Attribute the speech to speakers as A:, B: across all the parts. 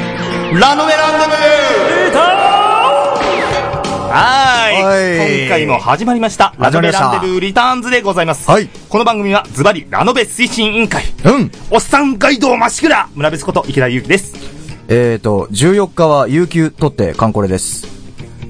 A: ラノベランデブーは
B: は
A: ーい。
B: い
A: 今回も始まりました。ラ
B: 始
A: ノ
B: ま
A: ベ
B: りました
A: ランデブーリターンズでございます。
B: はい
A: この番組はズバリラノベ推進委員会。
B: うん。
A: おっさんガイドまっしぐら村別こと池田祐希です。
B: えーと、14日は有給取ってカンコレです。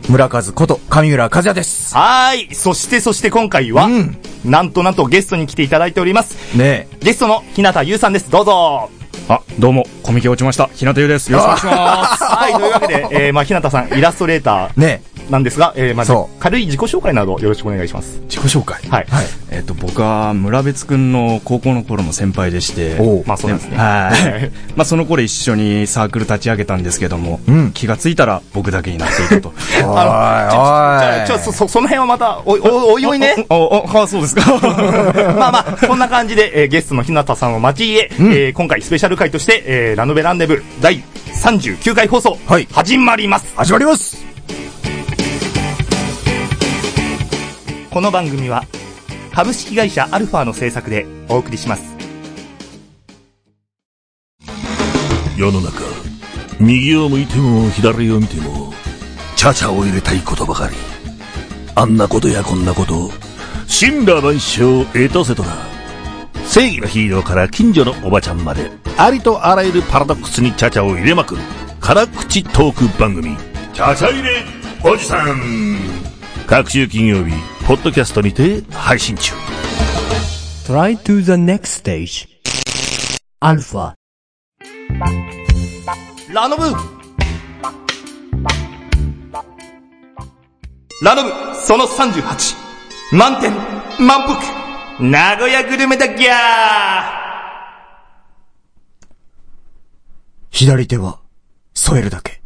B: 村和こと上村和也です。
A: はーい。そしてそして今回は、
B: うん
A: なんとなんとゲストに来ていただいております。
B: ねえ。
A: ゲストの日向優さんです。どうぞ。
C: あ、どうも、コミケ落ちました。日向優です。よろしくお願いします。
A: はい。というわけで、えー、まあ日向さん、イラストレーター
B: ね
A: なんですが、えー、まず
B: そ
A: 軽い自己紹介などよろしくお願いします。
C: 自己紹介。
A: はい。
B: え。はい。
C: えっ、と、僕は村別くんの高校の頃の先輩でして、
B: おう
A: まあそうなんですね。
C: はい。まあその頃一緒にサークル立ち上げたんですけども、
B: うん
C: 気がついたら僕だけになっていたと。
B: おいおい。
A: あのちょ、ちょ、ちょ、そ、そその辺はまた、おい、お、おいおいね。
C: お。 お、おおあ、そうですか。
A: まあまあ、そんな感じで、えーゲストの日向さんを待ち入れ、えー今回スペシャル回として、えーラノベランデブー第39回放送、
B: はい
A: 始まります。
B: 始まります
A: この番組は、株式会社アルファの制作でお送りします。
D: 世の中右を向いても左を見てもチャチャを入れたいことばかりあんなことやこんなこと神羅万象エトセトラ正義のヒーローから近所のおばちゃんまでありとあらゆるパラドックスにチャチャを入れまくる辛口トーク番組チャチャ入れおじさん各週金曜日ポッドキャストにて配信中
E: Try to the next stage. Alpha.
A: ラノブラノブ、その38。満点、満腹、名古屋グルメだギャー
B: 左手は、添えるだけ。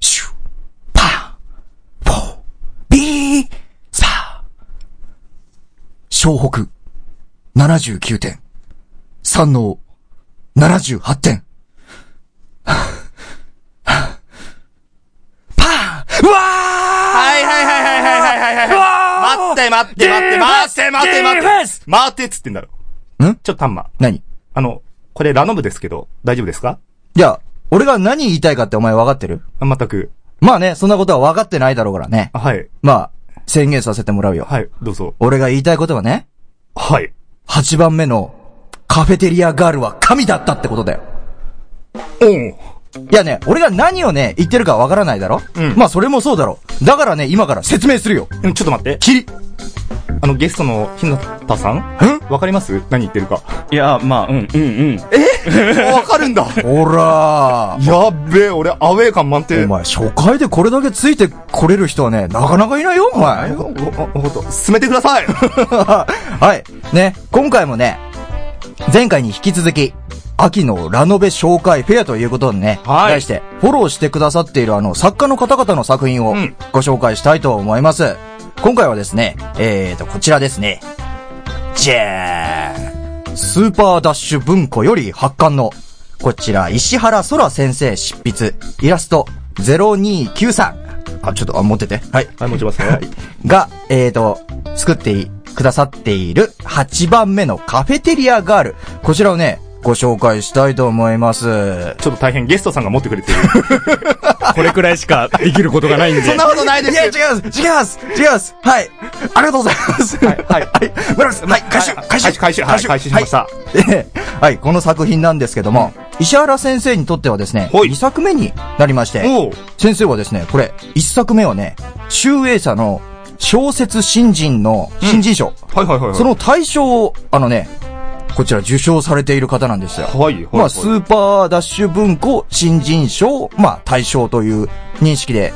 B: シュッパーンポービーサー湘北、79点。山王、78点。 パーンうわー
A: はいはいはいはいはいはいはいはい。待って待って待って待って待って待って待って待ってっつってんだろ。
B: ん
A: ちょ、タンマ。
B: 何い
A: あの、これラノブですけど、大丈夫ですか
B: や、俺が何言いたいかってお前分かってる
A: あ全く。
B: まあね、そんなことは分かってないだろうからね
A: あ。はい。
B: まあ、宣言させてもらうよ。
A: はい、どうぞ。
B: 俺が言いたいことはね、
A: はい。
B: 8番目のカフェテリアガールは神だったってことだよ。
A: おん。
B: いやね、俺が何をね、言ってるかわからないだろ、
A: ん
B: まあそれもそうだろ。だからね、今から説明するよ。
A: うんちょっと待って。
B: キリ。
A: あの、ゲストのひなたさんんわかります何言ってるか。
C: いや、まあ、うん、うん、うん。
A: わかるんだ
B: ほらー。
A: やっべえ、俺、アウェー感満
B: お
A: 点。
B: 前、初回でこれだけついてこれる人はね、なかなかいないよ、お前。
A: お、お、おと、進めてください
B: はい。ね、今回もね、前回に引き続き、秋のラノベ紹介フェアということでね、
A: はい
B: 題して、フォローしてくださっているあの、作家の方々の作品を
A: うん
B: ご紹介したいと思います。今回はですね、えーと、こちらですね。じゃーんスーパーダッシュ文庫より発刊の、こちら、石原空先生執筆、イラスト0293。あ、ちょっと、あ、持ってて。はい。
A: はい、持ちますね。
B: が、えーと、作っていくださっている8番目のカフェテリアガール。こちらをね、ご紹介したいと思います。
A: ちょっと大変、ゲストさんが持ってくれてる。
C: これくらいしかできることがないんで。
B: そんなことないですいや、違います違います違いますはいありがとうございますはい、
A: はい
B: はい、村瀬さん、はい、回収
A: はい
B: 回収
A: 回収はい回収しました
B: はいえーはい、この作品なんですけども、石原先生にとってはですね、
A: はい
B: 2作目になりまして、
A: おう
B: 先生はですね、これ、1作目はね、集英社の小説新人の新人賞、
A: はいはいはいはい。
B: その対象を、あのね、こちら受賞されている方なんですよ。
A: はいはいはい
B: まあ、スーパーダッシュ文庫新人賞、まあ、対象という認識で、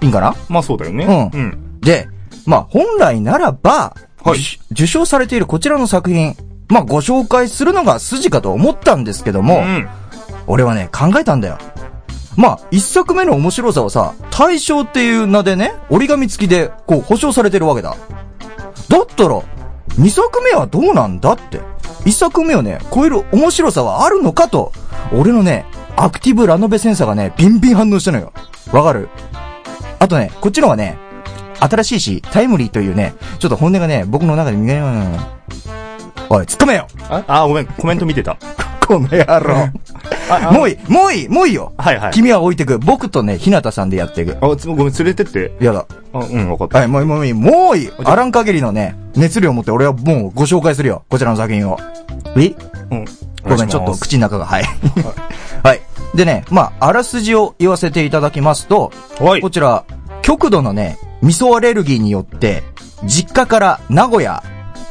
B: いいんかな
A: まあそうだよね。
B: うん
A: うん。
B: で、まあ、本来ならば、
A: はい
B: 受受賞されているこちらの作品、まあ、ご紹介するのが筋かと思ったんですけども、
A: うん。
B: 俺はね、考えたんだよ。まあ、一作目の面白さはさ、大賞っていう名でね、折り紙付きで、こう、保証されてるわけだ。だったら、二作目はどうなんだって。一作目をね、超える面白さはあるのかと、俺のね、アクティブラノベセンサーがね、ビンビン反応したのよ。わかるあとね、こっちのはね、新しいし、タイムリーというね、ちょっと本音がね、僕の中で見えない。おい、突っ込めよ
A: あ、あごめん、コメント見てた。
B: この野郎。
A: あ
B: もういい、もういい、もういいよ。
A: はいはい
B: 君は置いてく。僕とね、日向さんでやっていく。
A: あ、つごめん、連れてって。
B: やだ。
A: あ、うん、わかった。
B: はい、もういい、もういい、もういい。あらん限りのね、熱量を持って俺はもうご紹介するよ。こちらの作品を。え
A: うん。
B: ごめん、ちょっと口の中が、はい。 はい。でね、まあ、あらすじを言わせていただきますと、
A: はい
B: こちら、極度のね、味噌アレルギーによって、実家から名古屋、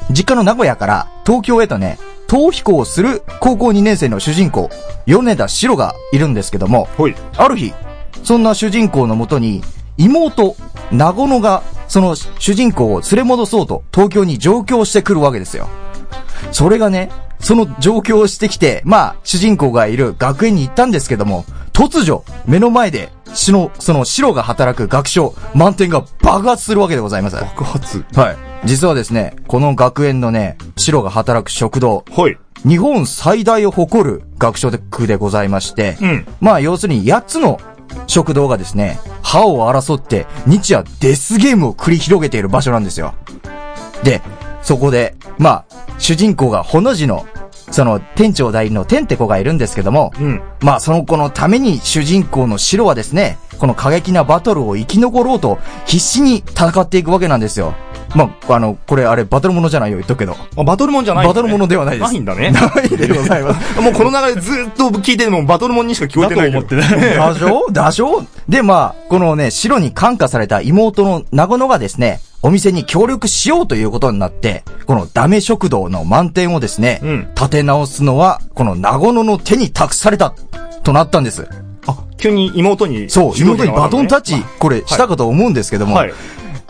B: 実家の名古屋から東京へとね、逃避行をする高校2年生の主人公、米田白がいるんですけども、
A: ほい。
B: ある日、そんな主人公のもとに、妹、名古野が、その主人公を連れ戻そうと、東京に上京してくるわけですよ。それがね、その上京をしてきて、まあ、主人公がいる学園に行ったんですけども、突如、目の前で、しの、その、白が働く学長、満点が爆発するわけでございます。
A: 爆発。
B: はい。実はですね、この学園のね、白が働く食堂、
A: ほい。
B: 日本最大を誇る学食でございまして、
A: うん
B: まあ要するに8つの食堂がですね、歯を争って日夜デスゲームを繰り広げている場所なんですよ。で、そこで、まあ、主人公がほの字の、その店長代理の天って子がいるんですけども、
A: うん
B: まあその子のために主人公の白はですね、この過激なバトルを生き残ろうと必死に戦っていくわけなんですよ。まあ、あの、これあれバトルものじゃないよ、言っとくけど。
A: あ、バトルモンじゃない、
B: バトルものではないです。
A: ないんだね。
B: ないでございま す。
A: もうこの流れずっと聞いててもバトルモンにしか聞こえてないけど。
C: だと思 っ
B: だしょ
C: て
B: だしょで、まあ、このね、白に感化された妹の長野がですね、お店に協力しようということになって、このダメ食堂の満点をですね、
A: うん
B: 立て直すのは、この長野の手に託された、となったんです。
A: あ、急に妹に。
B: そう、妹にバトンタッチ、これ、したかと思うんですけども、
A: はい。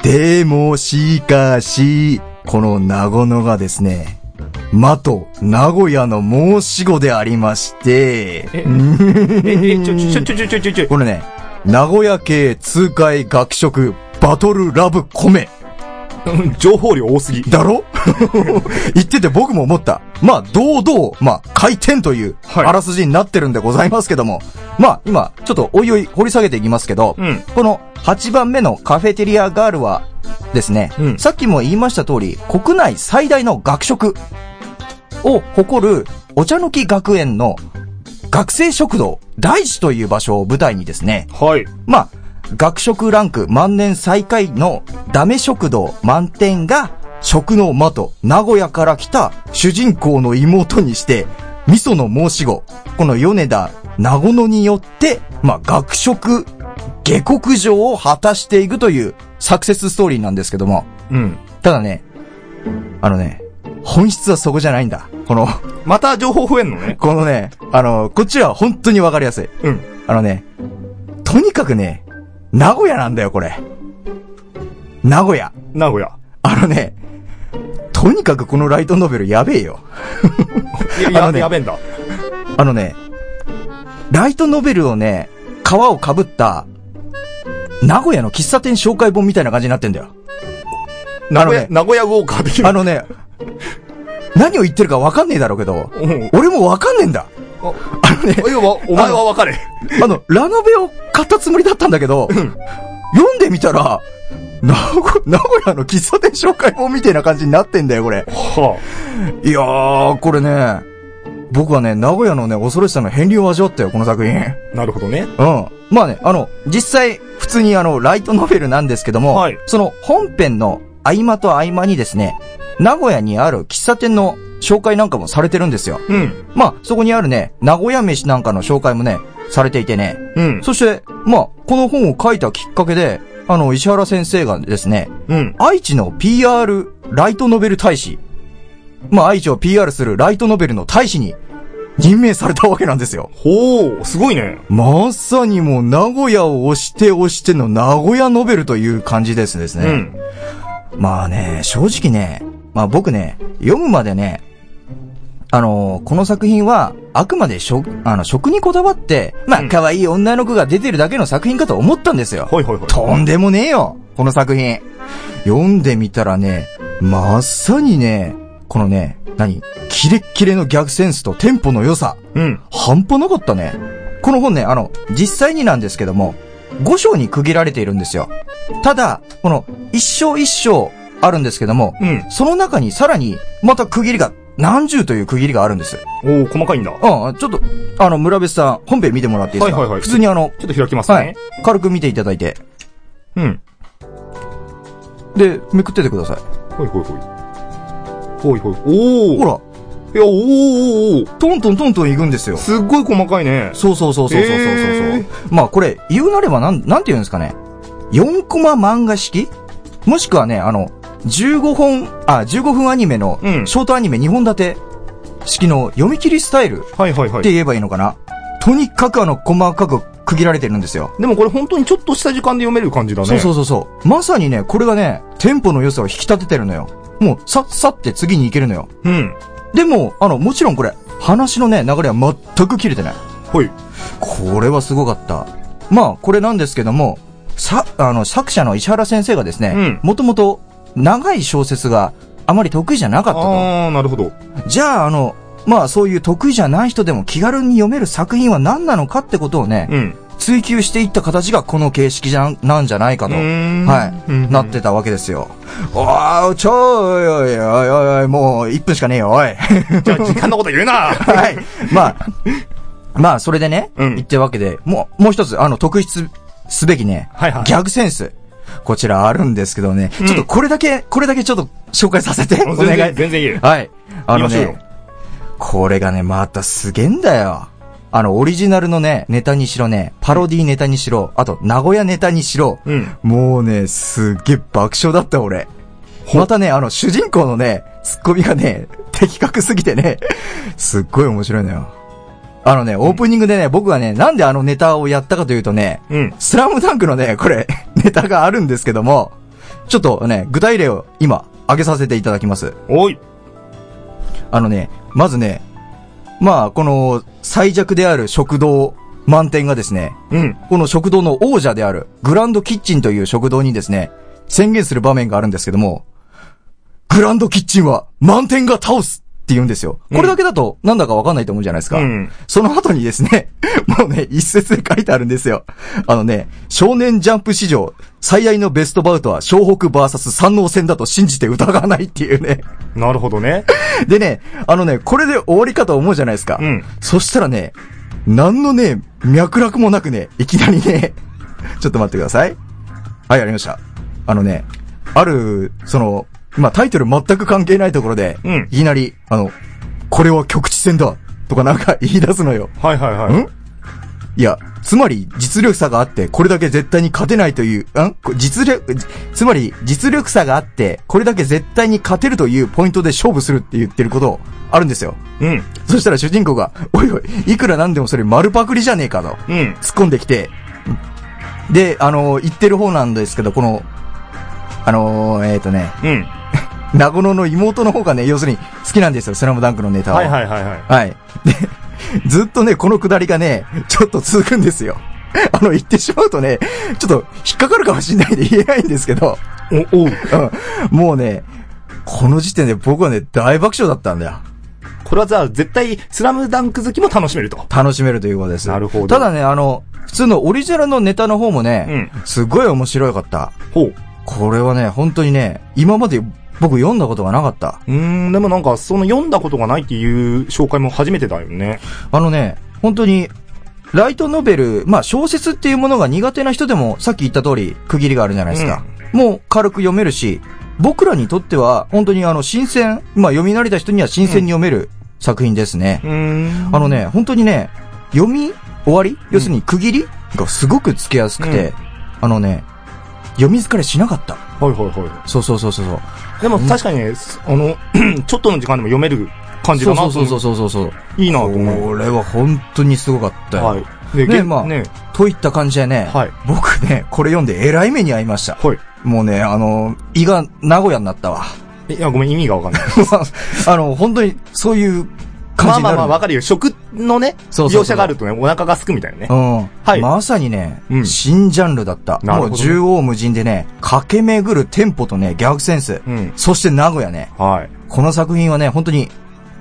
B: でも、しかし、この名古屋がですね、マと名古屋の申し子でありまして、
A: え、え、ちょ、ちょ、ちょ、ちょ、ちょ、ちょ、ちょ、
B: これね、名古屋系痛快学食バトルラブコメ。
A: うん情報量多すぎ。
B: だろ 言ってて僕も思った。まあ、堂々、まあ、回転という、
A: はい
B: あらすじになってるんでございますけども。まあ、今、ちょっとおいおい掘り下げていきますけど、
A: うん
B: この8番目のカフェテリアガールは、ですね、
A: うん
B: さっきも言いました通り、国内最大の学食を誇る、お茶の木学園の学生食堂、大師という場所を舞台にですね、
A: はい。
B: まあ、学食ランク万年最下位のダメ食堂満点が、食の間と名古屋から来た主人公の妹にして、味噌の申し子、この米田名古野によって、まあ、学食、下克上を果たしていくというサクセスストーリーなんですけども。
A: うん。
B: ただね、あのね、本質はそこじゃないんだ。この、
A: また情報増えんのね。
B: このね、あの、こっちは本当にわかりやすい。
A: うん。
B: あのね、とにかくね、名古屋なんだよ、これ。名古屋。
A: 名古屋。
B: あのね、とにかくこのライトノベルやべえよ。
A: や、
B: あの
A: や
B: ね
A: やべえんだ。
B: あのね、ライトノベルをね、皮を被った、名古屋の喫茶店紹介本みたいな感じになってんだよ。
A: 名
B: あの
A: 古屋、
B: ね、
A: 名古屋ウォーカー的な。
B: あのね、何を言ってるかわかんねえだろうけど
A: うん、
B: 俺もわかんねえんだ。あのね、
A: おいわお前は分かれ。
B: あの、ラノベを買ったつもりだったんだけど、読んでみたら、名古名古屋の喫茶店紹介本みたいな感じになってんだよ、これ。
A: はい
B: やー、これね、僕はね、名古屋のね、恐ろしさの片鱗を味わったよ、この作品。
A: あ。なるほどね。
B: うん。まあね、あの、実際、普通にあの、ライトノベルなんですけども、
A: はい
B: その本編の合間と合間にですね、名古屋にある喫茶店の紹介なんかもされてるんですよ。
A: うん。
B: まあ、そこにあるね、名古屋飯なんかの紹介もね、されていてね、
A: うん。
B: そして、まあ、この本を書いたきっかけで、あの、石原先生がですね、
A: うん。
B: 愛知の PR ライトノベル大使、まあ、愛知を PR するライトノベルの大使に任命されたわけなんですよ。
A: ほう、すごいね。
B: まさにもう名古屋を押して押しての名古屋ノベルという感じですです
A: う
B: ね。
A: ん。
B: まあね、正直ね、まあ僕ね、読むまでね、あのーこの作品は、あくまで食、あの、食にこだわって、まあ、可愛い女の子が出てるだけの作品かと思ったんですよ。
A: ほいほいほい。
B: とんでもねえよこの作品。読んでみたらね、まさにね、このね、何キレッキレの逆センスとテンポの良さ。
A: うん。
B: 半端なかったね。この本ね、あの、実際になんですけども、5章に区切られているんですよ。ただ、この、一章一章あるんですけども、
A: うん
B: その中にさらに、また区切りが何十という区切りがあるんです。
A: おお細かいんだ。は
B: うん、ちょっと、あの、村別さん、本編見てもらっていいですか、
A: はいはいはい
B: 普通にあの、
A: ちょっと開きますね
B: はい。軽く見ていただいて。
A: うん。
B: で、めくっててください。
A: ほいほいほい。ほいほい。おお
B: ほら、
A: いや、おーおーおー
B: トントントントン行くんですよ。
A: すっごい細かいね。
B: そうそうそうそうそうそうそう。
A: へ
B: まあこれ、言うなればなん、なんて言うんですかね。4コマ漫画式もしくはね、あの、15本、あ、15分アニメの、シ
A: うん
B: ョートアニメ2本立て式の読み切りスタイルっ
A: はいはいはい。
B: て
A: で
B: 言えばいいのかな。とにかくあの、細かく区切られてるんですよ。
A: もこれ本当にちょっとした時間で読める感じだね。
B: そうそうそうそう。まさにね、これがね、テンポの良さを引き立ててるのよ。もう、さっさって次に行けるのよ。
A: う。うん。
B: でも、あの、もちろんこれ、話のね、流れは全く切れてない。
A: ほい。
B: これはすごかった。まあ、これなんですけども、さ、あの、作者の石原先生がですね、もともと長い小説があまり得意じゃなかったと。
A: あー、なるほど。
B: じゃあ、あの、まあそういう得意じゃない人でも気軽に読める作品は何なのかってことをね、
A: うん。
B: 追求していった形がこの形式じゃん、なんじゃないかと。
A: うーん
B: はい、
A: うん
B: なってたわけですよ。おー、ちょーい、おいおいおいおい、もう1分しかねえよ、おい。
A: じ ゃあ時間のこと言うな
B: はい。まあ、まあ、それでね、
A: うん
B: 言ってるわけで、もう、もう一つ、あの、特筆すべきね、
A: はいはい
B: ギャグセンス。こちらあるんですけどね、ちょっとこれだけ、これだけちょっと紹介させて、お
A: 全
B: 願い
A: 然、。全然言う。
B: はい。あの
A: 言いましょう
B: ね
A: よ、
B: これがね、またすげえんだよ。あの、オリジナルのね、ネタにしろね、パロディネタにしろ、あと、名古屋ネタにしろ、
A: うん
B: もうね、すっげえ爆笑だった、俺。またね、あの、主人公のね、ツッコミがね、的確すぎてね、すっごい面白いのよ。あのね、オープニングでね、僕はね、なんであのネタをやったかというとね、
A: うん
B: スラムダンクのね、これ、ネタがあるんですけども、ちょっとね、具体例を今、挙げさせていただきます。
A: おい。
B: あのね、まずね、まあ、この、最弱である食堂、満点がですね、
A: うん。
B: この食堂の王者である、グランドキッチンという食堂にですね、宣言する場面があるんですけども、グランドキッチンは満点が倒すって言うんですよ。これだけだと、なんだかわかんないと思うじゃないですか。
A: うん
B: その後にですね、 もうね、一節で書いてあるんですよ。あのね、少年ジャンプ史上、最愛のベストバウトは、湘北 VS 山王戦だと信じて疑わないっていうね。
A: なるほどね。
B: でね、あのね、これで終わりかと思うじゃないですか。
A: うん
B: そしたらね、何のね、脈絡もなくね、いきなりね、 ちょっと待ってください。はい、ありました。あのね、ある、その、まあ、タイトル全く関係ないところで、
A: うん
B: いきなり、あの、これは局地戦だとかなんか 言い出すのよ。
A: はいはいはい。
B: んいや、つまり実力差があって、これだけ絶対に勝てないという、んこ実力、じつまり実力差があって、これだけ絶対に勝てるというポイントで勝負するって言ってることあるんですよ。
A: うん。
B: そしたら主人公が、おいおい、いくらなんでもそれ丸パクリじゃねえかと、
A: うん。
B: 突っ込んできて、で、あのー言ってる方なんですけど、この、あのーえっ、とね、
A: うん。
B: 名古屋の妹の方がね、要するに好きなんですよ、スラムダンクのネタを。
A: はいはいはいはい。
B: はい。で、ずっとね、この下りがね、ちょっと続くんですよ。 あの、言ってしまうとね、ちょっと引っかかるかもしれないんで言えないんですけど、
A: お、おう。
B: うん、もうね、この時点で僕はね、大爆笑だったんだよ。
A: これはじゃあ絶対、スラムダンク好きも楽しめると。
B: 楽しめるということです。
A: なるほど
B: ただね、あの、普通のオリジナルのネタの方もね、すごい面白かった。
A: ほう。
B: これはね、本当にね、今まで僕読んだことがなかった。
A: うーん、でもなんか、その読んだことがないっていう紹介も初めてだよね。
B: あのね、本当に、ライトノベル、まあ小説っていうものが苦手な人でも、さっき言った通り、区切りがあるじゃないですか。もう軽く読めるし、僕らにとっては、本当にあの、新鮮、まあ読み慣れた人には新鮮に読める作品ですね。
A: うーん。
B: あのね、本当にね、読み終わり要するに区切りがすごくつけやすくて、
A: うん
B: あのね、読み疲れしなかった。
A: はいはいは
B: そうそうそうそうそう。
A: い。でも確かにね、すあの、 ちょっとの時間でも読める感じ
B: そ
A: だ
B: う
A: なと
B: そ
A: 思
B: うそうそうそうそう。
A: いいなと思う。
B: これは本当にすごかったよ。
A: はい。で
B: ね
A: げ
B: まあ
A: ね
B: といった感じでね、
A: はい
B: 僕ね、これ読んでえらい目に遭いました。
A: はい。
B: もうね、あの、胃が名古屋になったわ。
A: えいや、ごめん、意味がわかんない。
B: あの、本当に、そういう感
A: ま
B: じ
A: あ
B: に
A: ま
B: な
A: あ
B: る。
A: まあ、わかるよ。食のね、
B: そうそうそう
A: 描写があるとね、お腹が空くみたいなね。
B: うん。
A: はい
B: まさにね、
A: うん
B: 新ジャンルだった。
A: なる
B: も
A: ほどね
B: う縦横無尽でね、駆け巡るテンポとね、ギャグセンス。
A: うん
B: そして名古屋ね。
A: はい。
B: この作品はね、本当に、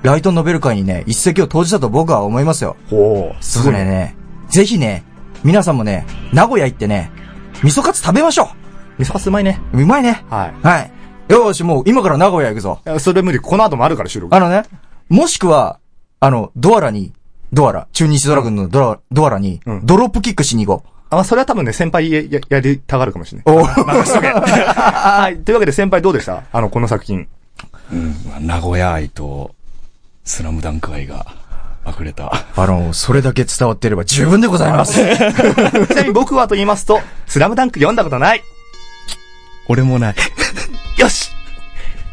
B: ライトノベル界にね、一石を投じたと僕は思いますよ。
A: ほう。
B: すごい。ね。ぜひね、皆さんもね、名古屋行ってね、味噌カツ食べましょ
A: 味噌カツうまいね。
B: ううまいね。
A: はい。
B: はい。よーし、もう今から名古屋行くぞ。
A: やそれ無理。この後もあるから収録。
B: あのね、もしくは、あの、ドアラに、ドアラ、中日ドラグンのドラ、ドアラに、
A: うん
B: ドロップキックしに行こ
A: あ、それは多分ね、先輩やややりたがるかもしれな
B: う。
A: い。
B: お
A: 任しとけ。 はい。というわけで先輩どうでしたあの、この作品。
C: うん、名古屋愛と、スラムダンク愛が溢れた。
B: あの、それだけ伝わっていれば十分でございます。
A: ちなみに僕はと言いますと、スラムダンク読んだことない。
C: 俺もない。
A: よし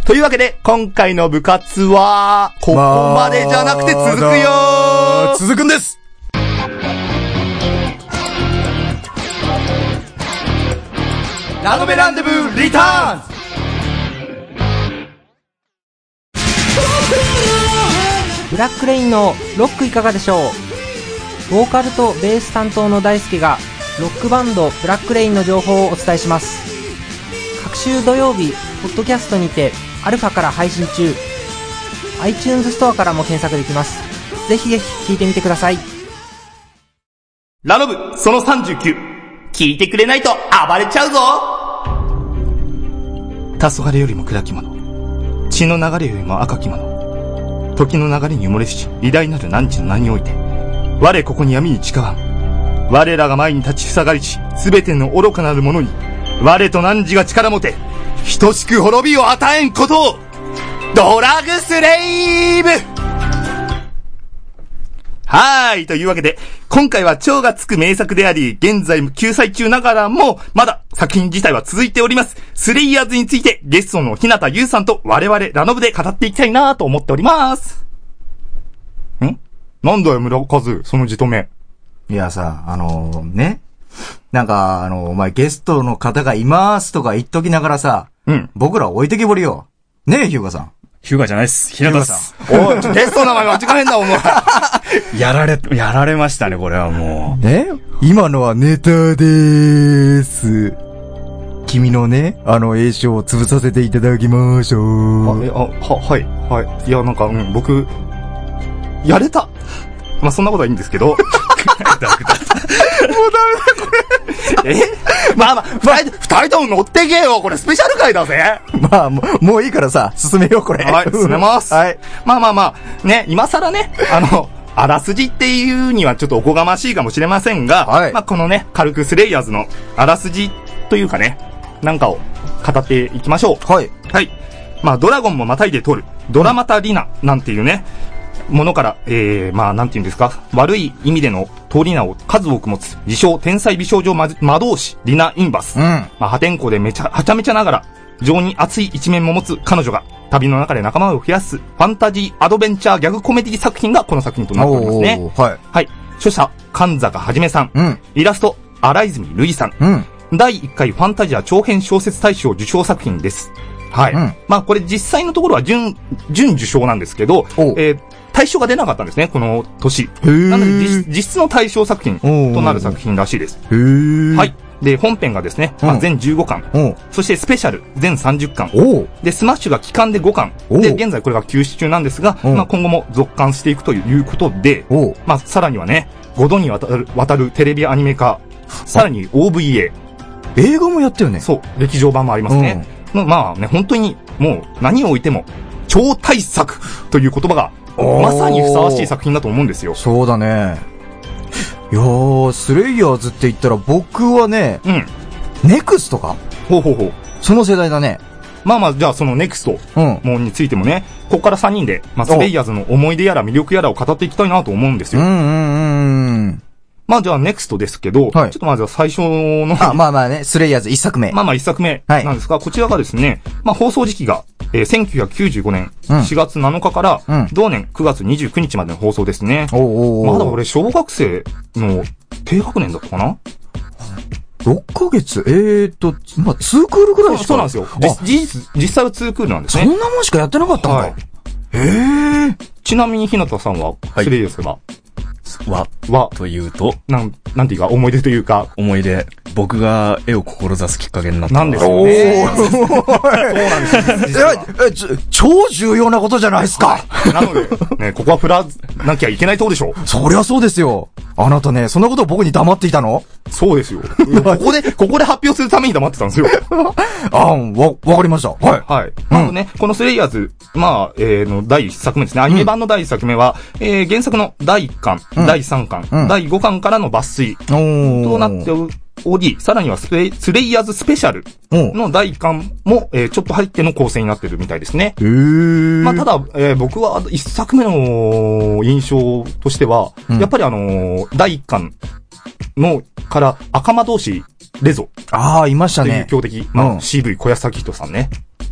A: というわけで、今回の部活は、ここまでじゃなくて続くよー
B: 続くんですラノベランデブーリターン
F: ブラックレインのロックいかがでしょうボーカルとベース担当の大輔がロックバンドブラックレインの情報をお伝えします各週土曜日ポッドキャストにてアルファから配信中 iTunes ストアからも検索できますぜひぜひ聞いてみてください
A: ラノブ、その39。聞いてくれないと暴れちゃうぞ黄昏よりも砕き物。血の流れよりも赤き物。時の流れに埋もれし、偉大なる汝の名において。我ここに闇に誓わん。我らが前に立ち塞がりし、すべての愚かなる者に、我と汝が力持て、等しく滅びを与えんことを、ドラグスレイブはーい。というわけで、今回は蝶がつく名作であり、現在も救済中ながらも、まだ作品自体は続いております。スレイヤーズについて、ゲストの日向優さんと我々ラノブで語っていきたいなと思っております。んなんだよ、村和、そのじとめ。
B: いやさ、あのね。なんか、あのお前ゲストの方がいますとか言っときながらさ、
A: うん
B: 僕ら置いてきぼりよ。ねえ、ヒューガさん。
C: ヒューガじゃないっす。ひなたっす。
A: おい、ちょゲストの名前間違えんな、 お前。
C: やられ、やられましたね、これはも
B: え今のはネタでーす。君のね、あの、栄唱を潰させていただきましょ
A: あ、え、あ、は、はい、はい。いや、なんか、うん、僕、やれた。まあ、そんなことはいいん ですけど。もうダメだ、これ。えまあまあ、二人、二人とも乗ってけよ。これ、スペシャル回だぜ。
B: まあ、もう、もういいからさ、進めよう、これ。
A: はい、進めます。
B: はい。。
A: まあまあまあ、ね、今更ね、あの、あらすじっていうにはちょっとおこがましいかもしれませんが、
B: はい
A: まあこのね、軽くスレイヤーズのあらすじというかね、なんかを語っていきましょう。
B: はい。
A: はい。まあ、ドラゴンもまたいで取る。ドラマタリナなんていうね、ものから、えー、まあ、なんていうんですか、悪い意味での通り名を数多く持つ、自称、天才美少女魔魔導士、リナ・インバス。
B: うん。
A: まあ、破天荒でめちゃ、はちゃめちゃながら、情に熱い一面も持つ彼女が、旅の中で仲間を増やす、ファンタジー、アドベンチャー、ギャグコメディ作品がこの作品となっておりますね。
B: おーはい。
A: はい。著者、神坂はじめさん。
B: うん。
A: イラスト、荒泉るいさん。
B: うん。
A: 第1回ファンタジア長編小説大賞受賞作品です。はい。
B: うん
A: まあこれ実際のところは準、準受賞なんですけど、
B: おう
A: えー大賞が出なかったんですね、この年。
B: ー
A: なので実実質の大賞作品となる作品らしいです。
B: へー
A: はい。。で、本編がですね、まあ、
B: うん
A: 全15巻。
B: うん。
A: そしてスペシャル、全30巻。
B: おう
A: で、スマッシュが期間で5巻。
B: おう
A: で、現在これが休止中なんですが、
B: うん
A: まあ今後も続刊していくということで、
B: おう
A: まあ、さらにはね、5度にわたる、わたるテレビアニメ化、さらに OVA、
B: 映画もやったよね。
A: そう、劇場版もありますね。まあまあね、本当に、もう、何を置いても、超大作という言葉が、
B: おー
A: まさにふさわしい作品だと思うんですよ。
B: そうだね。いやー、スレイヤーズって言ったら僕はね、
A: うん。
B: ネクスとか
A: ほうほうほう。
B: その世代だね。
A: まあまあ、じゃあそのネクスト
B: うん。
A: もについてもね、ここから3人で、まあ、スレイヤーズの思い出やら魅力やらを語っていきたいなと思うんです
B: うんう
A: よ。
B: んうんうん。
A: まあじゃあネクストですけど、
B: はい
A: ちょっとまずは最初の、
B: あ、まあまあね、スレイヤーズ一作 目。
A: まあまあ一作目なんですが、こちらがですね、まあ放送時期が、えー1995年
B: うん
A: 4月7日から、
B: うん
A: 同年9月29日までの放送ですね。
B: おうおうおう
A: まだ俺、小学生の低学年だったかな
B: 6ヶ月えーと、まあ、ツークールぐらいしか。
A: そうなんですよ。
B: あ
A: じ事実、実際は2クールなんです
B: そ
A: ね。
B: んなもんしかやってなかったんだ。
A: はいちなみに、ひなたさんは、
C: はい
A: スレイヤーズが、
C: う。わ、
A: は、
C: というと、
A: なん、なんていうか、思い出というか、
C: 思い出、僕が絵を志すきっかけになった。
A: なんです
C: か
A: よね。
B: え、え、ちょ超重要なことじゃないですか。
A: なので、ね、ここは振らなきゃいけないとこでしょう。
B: そりゃそうですよ。あなたね、そんなことを僕に黙っていたの
A: そうです よ。ここで、ここで発表するために黙ってたんですよ。
B: あん、わ、わかりました。 はい。
A: はい。 あとね、このスレイヤーズ、まあ、えー、の、第1作目ですね。アニメ版の第1作目は、えー、原作の第1巻、
B: ん
A: 第3巻、
B: うん
A: 第5巻からの抜粋
B: おー
A: となっており、さらにはスレイスレイヤーズスペシャル
B: おう
A: の第1巻も、えー、ちょっと入っての構成になってるみたいですね。
B: へー。
A: まあ、ただ、えー僕は1作目の印象としては、
B: うん
A: やっぱりあのー第1巻のから赤間同士、レゾ
B: ああ、いました
A: という
B: ね。
A: 強敵、まあ
B: うん
A: CV 小安明人さんね。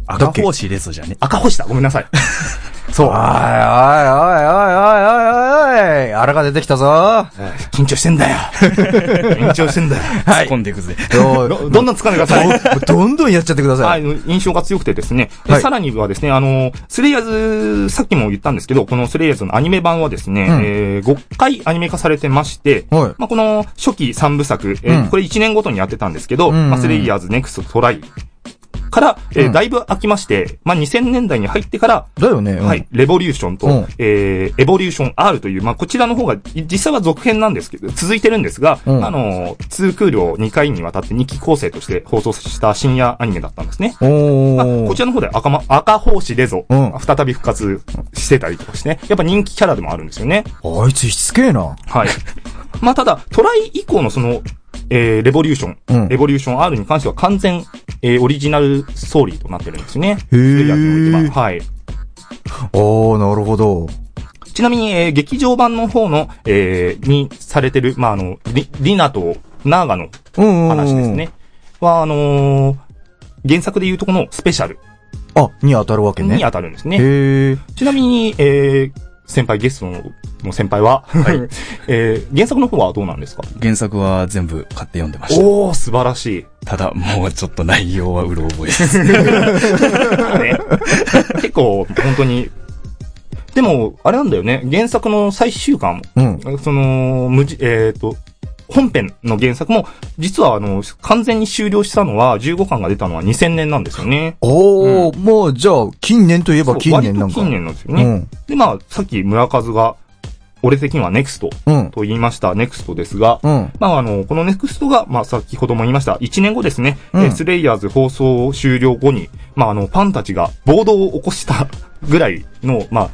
C: 赤星レソじゃね。
A: 赤星だ、ごめんなさい。そう
B: おいおいおいおいおいおい。おいおい腹が出てきたぞ。
A: 緊張してん だよ。緊張してんだよ。
C: 突っ込んでいくぜ。
B: ど
A: ど、どんなつかんでください。
B: どんどんやっちゃってくださ。
A: はいい、印象が強くてですね。で
B: はい
A: さらにはですね、あの、スレイヤーズ、さっきも言ったんですけど、このスレイヤーズのアニメ版はですね、
B: うん
A: えー5回アニメ化されてまして、
B: はい
A: まあ、この初期3部作、えー
B: うん
A: これ1年ごとにやってたんですけど、
B: うんうん
A: まあ、スレイヤーズネクストトライから、えー
B: うん
A: だいぶ空きまして、まあ、2000年代に入ってから、
B: だよね。うん
A: はい。。レボリューションと、
B: うん
A: えー、エボリューション R という、まあ、こちらの方が、い実際は続編なんですけど、続いてるんですが、
B: うん
A: あのー、ツークールを2回にわたって2期構成として放送した深夜アニメだったんですね。まあ、
B: お
A: こち
B: ー。
A: らの方で赤ま、赤奉仕でぞ、
B: うん
A: 再び復活してたりとかしてね、やっぱ人気キャラでもあるんですよね。
B: あいつしつけえな。
A: はい。 まあ、ただ、トライ以降のその、えー、レボリューション、
B: うん
A: レボリューション R に関しては完全、えー、オリジナルストーリーとなってるんですね。
B: へー
A: レイヤーズにおいてははい。
B: おー、なるほど。
A: ちなみに、えー劇場版の方の、えーにされてる、まあ、あの、リ、リナとナーガの
B: うんうん。
A: 話です。ね。は、あのー原作でいうとこのスペシャル
B: あ、に当たるわけ
A: に
B: ね。
A: 当たるんですね。
B: へー。
A: ちなみに、えー先輩、ゲストのの先輩は、えー原作の方はどうなんですか
C: 原作は全部買って読んでまし
A: おー、素晴らしい。
C: た。ただ、もうちょっと内容はうろ覚え です。
A: ね結構、本当に。でも、あれなんだよね。原作の最終巻
B: うん。
A: その、無事、えっ、と、本編の原作も、実はあの、完全に終了したのは、15巻が出たのは2000年なんですよね。
B: おー、もうじゃあ、近年といえば近年
A: 割
B: な
A: と
B: んか。
A: 近年なんですよね。で、まあ、さっき村数が、俺的にはネクスト
B: うん。うん。
A: と言いました、ネクストですが、
B: うん。
A: まあ、あの、このネクストが、まあ、先ほども言いました、1年後ですね、
B: うん
A: えースレイヤーズ放送終了後に、まあ、あの、ファンたちが暴動を起こした ぐらいの、まあ、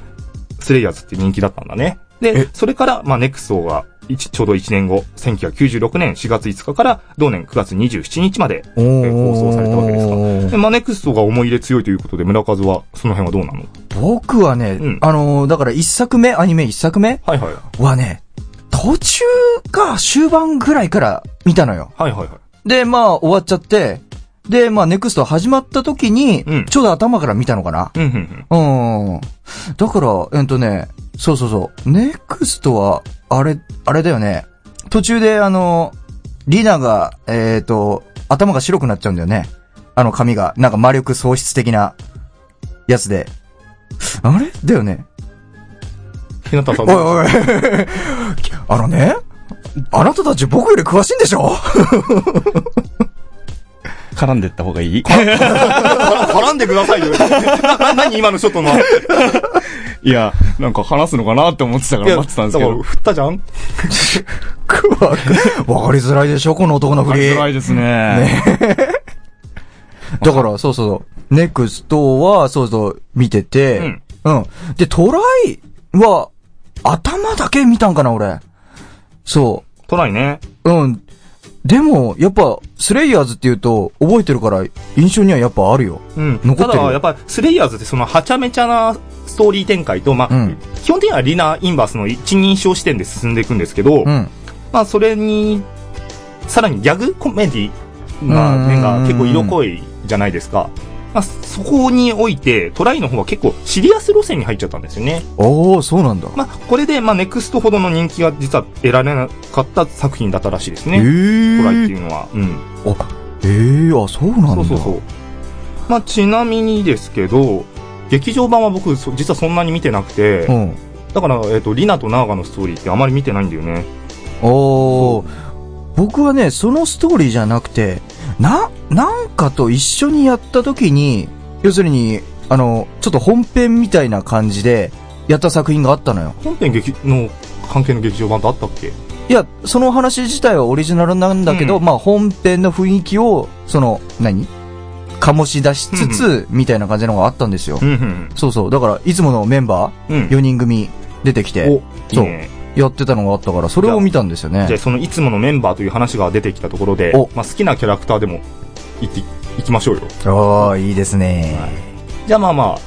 A: スレイヤーズって人気だったんだね。で
B: え、
A: それから、まあ、ネクストが、一ちょうど1年後、1996年4月5日から、同年9月27日まで、
B: お
A: えー
B: ー。
A: 放送されたわけですか。
B: す
A: で、まあ、ネクストが思い入れ強いということで、村数は、その辺はどうなの
B: 僕はね、
A: うん
B: あのーだから一作目、アニメ一作目
A: はいはい。
B: はね、途中か終盤ぐらいから見たのよ。
A: はいはいはい。
B: で、まあ終わっちゃって、で、まあネクスト始まった時に、
A: うん
B: ちょうど頭から見たのかな。
A: うんうんうん。
B: うん。だから、えっとね、そうそうそう。ネクストは、あれ、あれだよね。途中であの、リナが、えっ、と、頭が白くなっちゃうんだよね。あの髪が、なんか魔力喪失的な、やつで。あれだよね。
A: 日向さん
B: おいおい。 あのね、あなたたち僕より詳しいんでしょ
C: 絡んでった方がいい
A: 絡んでくだ さいよ。な何今のショットの。
C: いや、なんか話すのかなって思ってたから待ってたんです
A: だ
C: けど
A: から。振ったじゃん
B: わか りづらいでしょこの男の
C: わ
B: 振
C: かり
B: り。
C: づらいですね。
B: だから、そうそうそう。ネクストは、そうそう、見てて。うん。で、トライは、頭だけ見たんかな、俺。そ
A: トライね。
B: う。うん。でも、やっぱ、スレイヤーズって言うと、覚えてるから、印象にはやっぱあるよ。
A: うん。
B: 残ってるよ
A: ただ、やっぱ、スレイヤーズってその、はちゃめちゃなストーリー展開と、まあ、
B: うん
A: 基本的にはリナ・インバースの一人称視点で進んでいくんですけど、
B: うん。
A: まあ、それに、さらにギャグコメディな面が結構色濃いじゃないですか。まあ、そこにおいて、トライの方は結構シリアス路線に入っちゃったんですよね。
B: おー、そうなんだ。
A: まあ、これで、まあ、ネクストほどの人気が実は得られなかった作品だったらしいです
B: え
A: ね。
B: ー。
A: トライっていうのは。うん。
B: あ、えー、あ、そうなん
A: そ
B: だ。
A: うそうそう。まあ、ちなみにですけど、劇場版は僕、そ実はそんなに見てなくて、
B: ん。
A: だから、えっ、と、リナとナーガのストーリーってあまり見てないんだよね。
B: おー。僕はね、そのストーリーじゃなくて、な、なんかと一緒にやった時に、要するに、あの、ちょっと本編みたいな感じで、やった作品があったのよ。
A: 本編劇の関係の劇場版とあったっけ
B: いや、その話自体はオリジナルなんだけど、
A: うん
B: まあ本編の雰囲気を、その、何醸し出しつつ、みたいな感じのがあったんですよ。
A: うんうん。
B: そうそう。だから、いつものメンバ
A: う
B: ー、
A: ん
B: 4人組出てきて、
A: いい
B: そう、
A: ね
B: やってたのがあったから、それを見たんですよね
A: じゃ。あそのいつものメンバーという話が出てきたところで
B: お、
A: まあ、好きなキャラクターでもいっていきましょうよ
B: ああ、いいですね。
A: じゃあまあまあ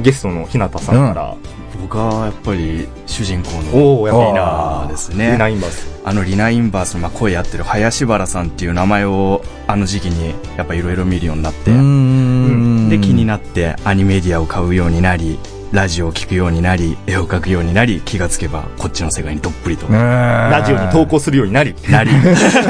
A: ゲストの日向さんから、
C: 僕はやっぱり主人公の
A: おおやっぱいい
C: あ
A: な
C: ーです
A: リナ
C: ね
A: インバース
C: あのリナインバースのまあ声やってる林原さんっていう名前をあの時期にやっぱいろいろ見るようになって
B: うーん。
C: で気になってアニメディアを買うようになりラジオを聞くようになり絵を描くようになり気がつけばこっちの世界にどっぷ りとな
A: ラジオに投稿するようになり
C: りそう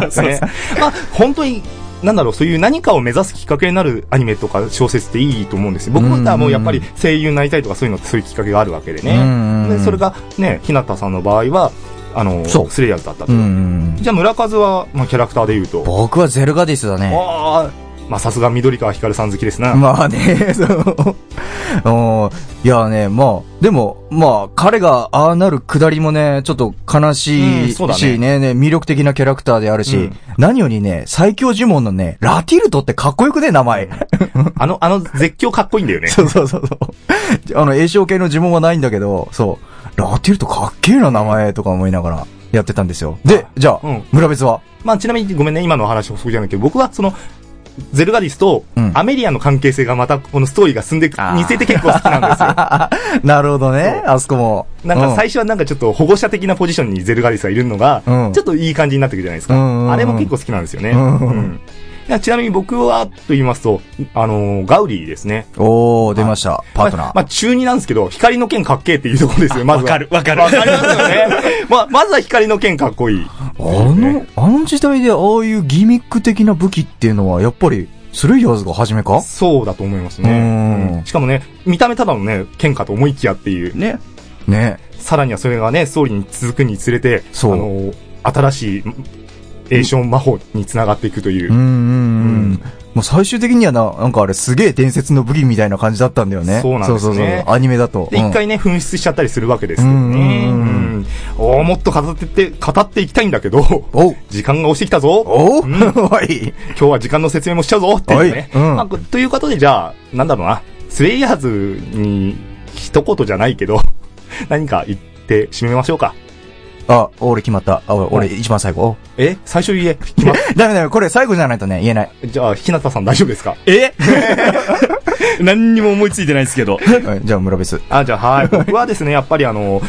C: そうそうそう
A: ねまあ本当になんだろうそういう何かを目指すきっかけになるアニメとか小説っていいと思うんですよ僕はもうやっぱり声優になりたいとかそういうのそういうきっかけがあるわけで
B: うん
A: ねでそれがね日向さんの場合はあの
B: そう
A: スレイヤーズだったと、
B: うんうん。
A: じゃあ村数は、まあ、キャラクターで言うと
B: 僕はゼルガディスだね。
A: ああ、まあさすが緑川光さん好きですな。
B: まあね、 そう。おーいやね、まあ、でも、まあ、彼がああなるくだりもね、ちょっと悲し
A: うん
B: いし、
A: そうだね
B: ねね魅力的なキャラクターであるし、
A: うん
B: 何よりね、最強呪文のね、ラティルトってかっこよくね、名前。
A: あの、あの絶叫かっこいいんだよね。
B: そうそうそうそう。あの、栄唱系の呪文はないんだけど、そう。ラティルトかっけえな、名前とか思いながらやってたんですよ。で、じゃあ、
A: うん
B: 村別は
A: まあちなみにごめんね、今のお話補足じゃないけど、僕はその、ゼルガディスと
B: うん
A: アメリアの関係性がまたこのストーリーが進んでいく、
C: あー
A: 似せて結構好きなんですよ。
B: なるほどね、あそこも。
A: なんか最初はなんかちょっと保護者的なポジションにゼルガディスがいるのが、
B: うん
A: ちょっといい感じになってくるじゃないですか。
B: うんうんうん
A: あれも結構好きなんですよね。
B: うんうん
A: うんいやちなみに僕は、と言いますと、あのーガウリーですね。
B: うん、おー、出ました。パートナー。
A: まあ、まあ中二なんですけど、光の剣かっけえっていうところですよ、まずは。わかる、わかる。ますよ ね。まあ、まずは光の剣かっこいい。
B: あの、あの時代でああいうギミック的な武器っていうのは、やっぱり、スレイヤーズが初めか
A: そうだと思います
B: うん
A: ね。うんしかもね、見た目ただのね、剣かと思いきやっていう、
C: ね
B: ね。
A: さらにはそれがね、ストーリーに続くにつれて、
B: そう
A: あの、新しい、エーション魔法につながっていくというう。
B: んうんうん。もう最終的にはな、なんかあれすげえ伝説の武器みたいな感じだったんだよね。
A: そうなんですね
B: そうそうそう。アニメだと。
A: で、
B: うん
A: 一回ね、紛失しちゃったりするわけですけどね。
B: う
A: うん
B: うん
A: んおーもっと語ってって、語っていきたいんだけど、
B: おう
A: 時間が押してきたぞ
B: おう
A: うん
B: おい
A: 今日は時間の説明もしちゃうぞっていうね。
B: はいうん
A: まあということで、じゃあ、なんだろうな、スレイヤーズに一言じゃないけど、 何か言って締めましょうか。
B: あ、俺決まった。あ、俺一番最後。
A: え最初言え。決まっ
B: ダメダメ、これ最後じゃないとね、言えない。
A: じゃあ、日向さん大丈夫ですか
C: え何にも思いついてないですけど
B: うんじゃあ、村別。
A: あ、じゃあ、 はい。僕はですね、やっぱりあの、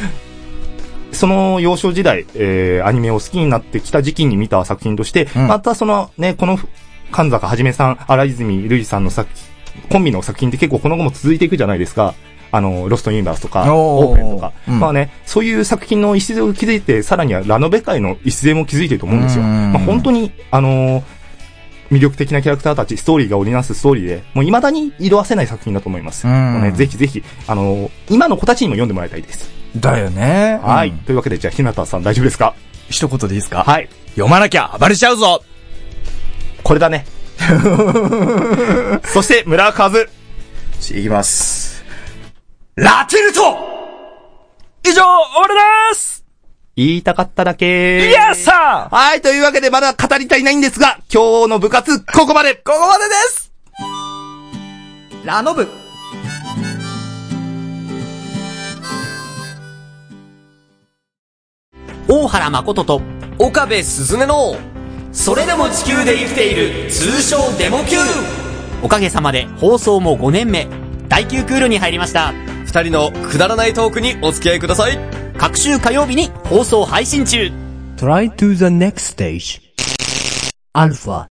A: その幼少時代、えー、アニメを好きになってきた時期に見た作品として、
B: うん
A: またそのね、この、神坂はじめさん、荒泉るいさんの作品、コンビの作品って結構この後も続いていくじゃないですか。あの、ロストユニバースとか、
B: おー
A: オープンとか。
B: うん
A: まあね、そういう作品の礎を築いて、さらにはラノベ界の礎も築いてると思うんですよ。
B: うん
A: まあ、本当に、あのー魅力的なキャラクターたち、ストーリーが織りなすストーリーで、もう未だに色褪せない作品だと思います。
B: うん
A: もうね、ぜひぜひ、あのー今の子たちにも読んでもらいたいです。
B: だよね。
A: はい。
B: うん
A: というわけで、じゃあ、ひなたさん大丈夫ですか
C: 一言でいいですか
A: はい。
C: 読まなきゃ暴れちゃうぞ
A: これだね。そして、村和。
C: いきます。ラティルト以上、俺です
A: 言いたかっただけ。
C: イエスさー
A: はい。というわけで、まだ語り足りないんですが、今日の部活、ここまでここまでです
B: ラノブ。
G: 大原誠と岡部鈴音のそれでも地球で生きている通称デモ級おかげさまで放送も5年目第9クールに入りました
H: 二人のくだらないトークにお付き合いください
G: 各週火曜日に放送配信中
E: Try to the next stage. Alpha.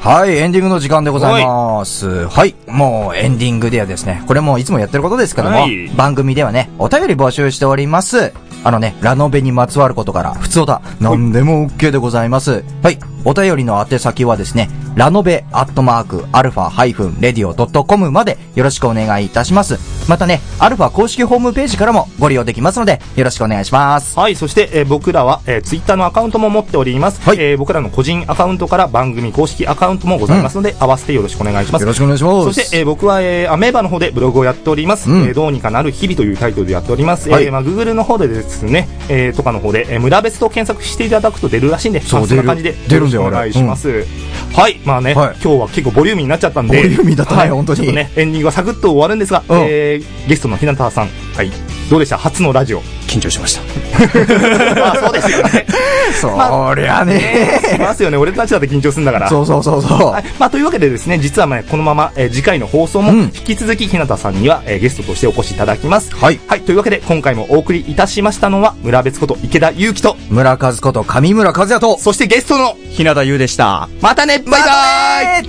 B: はい、エンディングの時間でございます。はい、もうエンディングではですね、これもういつもやってることですけども、
A: はい
B: 番組ではね、お便り募集しております。あのね、ラノベにまつわることから、普通だ、何でも OK でございます。はい、お便りの宛先はですね、ラノベアットマークアルファハイフンレディオ .com までよろしくお願いいたします。またね、アルファ公式ホームページからもご利用できますので、よろしくお願いします。
A: はい、そして、えー僕らは、えー、ツイッターのアカウントも持っております、
B: はい
A: えー僕らの個人アカウントから番組公式アカウントもございますので、合わせてよろしくお願いします。
B: よろしくお願いします
A: そして、えー僕は、えーアメーバの方でブログをやっております、
B: うん
A: えーどうにかなる日々というタイトルでやっております。
B: はい
A: えーまあ、Google の方でですね、えーとかの方で、えー村別と検索していただくと出るらしいんで、
B: そう
A: まあそんな感じ
B: 出
A: で
B: る出るんだよ
A: よろしくお願いします。はい、まあね、
B: はい
A: 今日は結構ボリューミーになっちゃったんで、
B: ボリューミーだったね
A: はい
B: 本当に
A: ちょっとね、エンディングはサクッと終わるんですが、
B: うん
A: えーゲストの日向さん、はい、どうでした初の ラジオ。
C: 緊張しました。
A: まあそうですよね。
B: そりゃね。
A: しますよね。俺たちだって緊張するんだから。
B: そうそうそうそう
A: は。い。まあというわけでですね、実はまあこのまま、えー次回の放送も
B: うん
A: 引き続き日向さんには、えーゲストとしてお越しいただきます。
B: はい。
A: はい。というわけで今回もお送りいたしましたのは村別こと池田祐希と、
B: 村和子と上村和也と、
A: そしてゲストの
G: 日向優でした。
A: またねバイバイ